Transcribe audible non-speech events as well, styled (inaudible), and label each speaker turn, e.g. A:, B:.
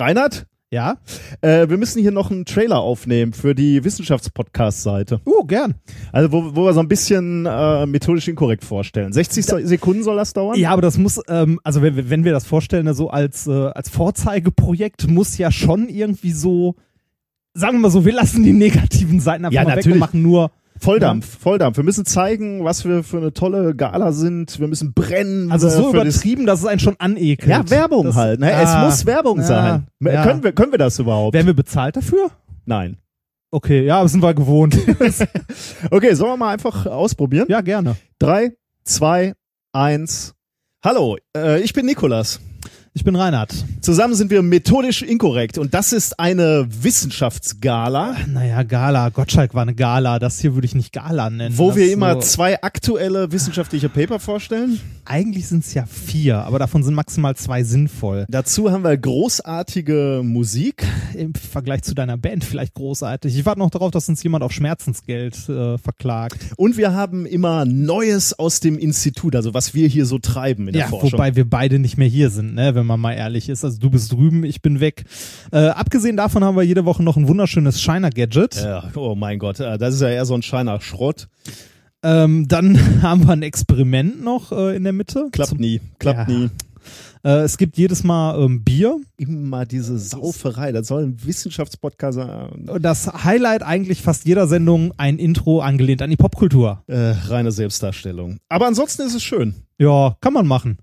A: Reinhard, ja, äh, wir müssen hier noch einen Trailer aufnehmen für die Wissenschaftspodcast-Seite.
B: Oh, gern.
A: Also, wo, wo wir so ein bisschen äh, methodisch inkorrekt vorstellen. 60 Se- Sekunden soll das dauern?
B: Ja, aber das muss, ähm, also wenn, wir- wenn wir das vorstellen, ne, so als, äh, als Vorzeigeprojekt muss ja schon irgendwie so, sagen wir mal so, wir lassen die negativen Seiten einfach
A: Ja,
B: mal weg
A: natürlich.
B: und machen nur,
A: Volldampf, Volldampf. Wir müssen zeigen, was wir für eine tolle Gala sind. Wir müssen brennen.
B: also
A: äh,
B: so
A: für das-
B: übertrieben, dass es einen schon anekelt.
A: Ja, Werbung
B: das,
A: halt. Ne?
B: Ah,
A: es muss Werbung
B: ja,
A: sein. M-
B: ja.
A: Können, wir, können wir das überhaupt?
B: Werden wir bezahlt dafür?
A: Nein.
B: Okay, ja, das sind wir gewohnt. (laughs)
A: Okay, sollen wir mal einfach ausprobieren?
B: ja, gerne.
A: Drei, zwei, eins. Hallo, äh, ich bin Nikolas.
B: Ich bin Reinhard.
A: Zusammen sind wir methodisch inkorrekt und das ist eine Wissenschaftsgala,
B: Naja, Gala, Gottschalk war eine Gala, das hier würde ich nicht Gala nennen.
A: wo
B: das
A: wir
B: ist
A: immer
B: so,
A: zwei aktuelle wissenschaftliche Paper vorstellen.
B: eigentlich sind es ja vier, aber davon sind maximal zwei sinnvoll.
A: Dazu haben wir großartige Musik.
B: im Vergleich zu deiner Band vielleicht großartig. Ich warte noch darauf, dass uns jemand auf Schmerzensgeld äh, verklagt.
A: Und wir haben immer Neues aus dem Institut, also was wir hier so treiben in der Forschung.
B: wobei wir beide nicht mehr hier sind, ne? wenn man mal ehrlich ist. Also du bist drüben, ich bin weg. Äh, abgesehen davon haben wir jede Woche noch ein wunderschönes Shiner-Gadget.
A: ja, oh mein Gott, äh, das ist ja eher so ein scheiner Schrott.
B: Ähm, dann (laughs) haben wir ein Experiment noch äh, in der Mitte.
A: Klappt
B: Zum-
A: nie, klappt
B: Ja.
A: nie.
B: Äh, es gibt jedes Mal ähm, Bier.
A: Immer diese Sauferei, das soll ein Wissenschaftspodcast sein.
B: Das Highlight eigentlich fast jeder Sendung ein Intro angelehnt an die Popkultur.
A: Äh, reine Selbstdarstellung. Aber ansonsten ist es schön.
B: Ja, kann man machen.